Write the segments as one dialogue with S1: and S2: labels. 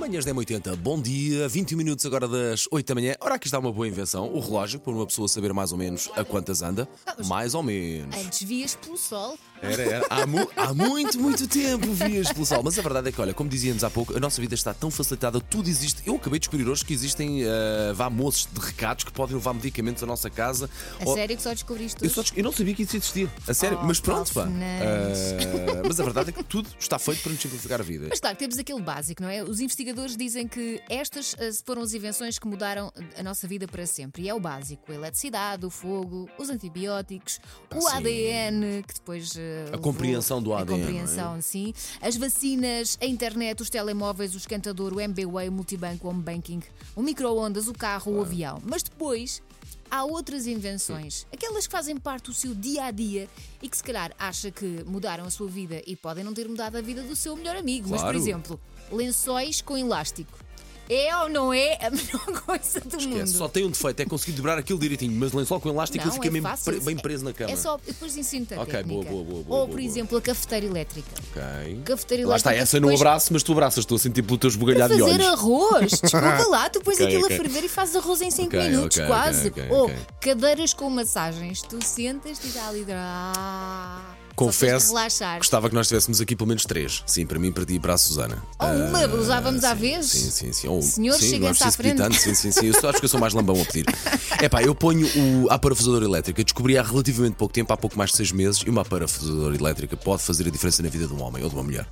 S1: Manhãs 1080, bom dia, 21 minutos agora das 8 da manhã. Ora, aqui está uma boa invenção: o relógio, para uma pessoa saber mais ou menos a quantas anda. Mais ou menos.
S2: Antes vias pelo sol.
S1: Era, era. Há, mu- há muito, muito tempo vias pelo sol. Mas a verdade é que, olha, como dizíamos há pouco, a nossa vida está tão facilitada, tudo existe. Eu acabei de descobrir hoje que existem uh, vá moços de recados que podem levar medicamentos à nossa casa.
S2: A
S1: Ou-
S2: sério que só descobriste
S1: Oh. Eu,
S2: hoje?
S1: só des- eu não sabia que isso existia, a sério.
S2: Oh,
S1: mas pronto, pá.
S2: Paulo Fernandes.
S1: Ah, mas a verdade é que tudo está feito para nos simplificar a vida.
S2: Mas claro, temos aquele básico, não é? Os investigadores dizem que estas eh, foram as invenções que mudaram a nossa vida para sempre. E é o básico: a eletricidade, o fogo, os antibióticos, o
S1: Ah, sim.
S2: ADN, que depois. eh, levou-
S1: compreensão do ADN,
S2: A compreensão, Então, sim. As vacinas, a internet, os telemóveis, o esquentador, o MBWay, o multibanco, o home banking, o micro-ondas, o carro, o avião. Mas depois. Há outras invenções, aquelas que fazem parte do seu dia a dia e que, se calhar, acha que mudaram a sua vida e podem não ter mudado a vida do seu melhor amigo. Mas, por
S1: Claro.
S2: exemplo, lençóis com elástico. É ou não é a melhor coisa do
S1: É,
S2: mundo?
S1: só tem um defeito, é conseguir dobrar aquilo direitinho, mas lençol com elástico
S2: Não,
S1: eu fiquei
S2: é
S1: mesmo
S2: fácil.
S1: pre- bem preso na cama.
S2: É só, eu depois ensino-te a
S1: Ok,
S2: técnica.
S1: boa, boa, boa, boa,
S2: Ou,
S1: boa,
S2: por
S1: boa.
S2: exemplo, a cafeteira elétrica.
S1: Ok.
S2: Cafeteira
S1: Lá está,
S2: elétrica
S1: essa
S2: que
S1: não
S2: depois-
S1: abraço, mas tu abraças, estou a sentir pelo teu esbugalhado de
S2: fazer
S1: olhos.
S2: arroz. Desculpa lá, tu pões
S1: Ok,
S2: aquilo
S1: ok.
S2: a ferver e fazes arroz em 5
S1: Ok,
S2: minutos,
S1: ok,
S2: quase.
S1: ok, ok,
S2: Ou
S1: ok.
S2: cadeiras com massagens. Tu sentas e dá ali. Ah, Só tens de
S1: Confesso,
S2: relaxar.
S1: gostava que nós tivéssemos aqui pelo menos três. Sim, para mim, para ti e para a Susana.
S2: Ou uma, usávamos à
S1: Ah, sim,
S2: vez.
S1: Sim, sim, sim. Ou,
S2: Senhor,
S1: sim,
S2: cheguem-se
S1: não é preciso
S2: à frente.
S1: pedir tanto. Sim, sim, sim. Eu só acho que eu sou mais lambão a pedir. É pá, eu ponho o, a parafusadora elétrica. Descobri há relativamente pouco tempo, há pouco mais de seis meses, e uma parafusadora elétrica pode fazer a diferença na vida de um homem ou de uma mulher.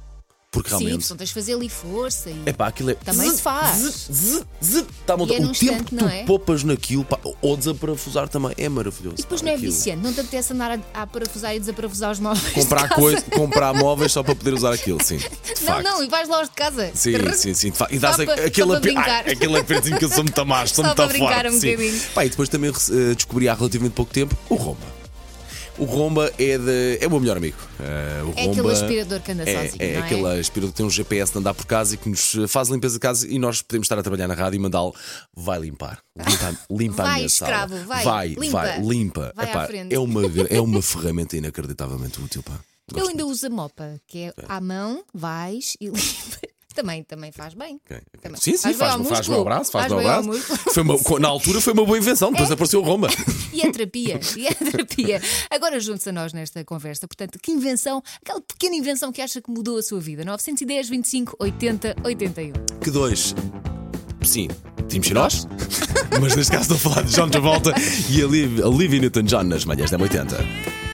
S1: Porque
S2: Sim,
S1: realmente.
S2: portanto, tens de fazer ali força e.
S1: É pá, aquilo é.
S2: Também se faz.
S1: zzz, zzz, zzz. Tá bom,
S2: E é
S1: o
S2: num
S1: tempo
S2: instante,
S1: que tu
S2: não é?
S1: poupas naquilo pá, ou desaparafusar também é maravilhoso.
S2: E depois
S1: pá,
S2: não é
S1: aquilo.
S2: viciante, não te apetece andar a, a parafusar e desaparafusar os móveis. de
S1: Comprar,
S2: casa.
S1: coisa, comprar móveis só para poder usar aquilo, sim. De
S2: Não,
S1: facto.
S2: não, e vais lá aos de casa.
S1: Sim,
S2: Trrr.
S1: sim, sim. de facto. E dás
S2: Só
S1: a-
S2: para-
S1: aquele,
S2: só para
S1: ape-
S2: brincar.
S1: Ai, aquele apertinho que eu sou muito macho, sou
S2: Só
S1: muito
S2: para brincar
S1: forte,
S2: um
S1: sim.
S2: bocadinho.
S1: Pá, e depois também eh, descobri há relativamente pouco tempo o Roma. O Romba é, de, é o meu melhor amigo. Eh, o
S2: É aquele
S1: Romba
S2: aspirador que anda sozinho,
S1: É, é,
S2: não é?
S1: aquele aspirador que tem um GPS de andar por casa e que nos eh, faz a limpeza de casa e nós podemos estar a trabalhar na rádio e mandá-lo. Vai limpar. Limpa, limpa a
S2: Vai,
S1: minha
S2: escravo,
S1: sala.
S2: vai,
S1: vai,
S2: limpa.
S1: vai, limpa.
S2: Vai à
S1: Epá,
S2: frente.
S1: é, uma, gra- é uma ferramenta inacreditavelmente útil. Pá.
S2: Eu
S1: Gosto
S2: ainda
S1: muito.
S2: uso a mopa, que é à mão, vais e limpa. Também, também faz bem.
S1: Ok, ok.
S2: Também.
S1: Sim, um sim,
S2: Faz bem
S1: faz,
S2: ao
S1: faz bem
S2: músculo.
S1: ao braço, faz,
S2: Faz
S1: bem ao
S2: bem ao
S1: braço.
S2: músculo. É.
S1: Foi uma- na altura foi uma boa invenção, depois apareceu o Roma.
S2: E a terapia, e a terapia. Agora junte-se a nós nesta conversa. Portanto, que invenção, aquela pequena invenção que acha que mudou a sua vida? 910, 25, 80, 81.
S1: Que dois. Sim, tínhamos sido nós, mas neste caso estou a falar de John Travolta e a Liv, a Liv Newton John nas manhãs da 80.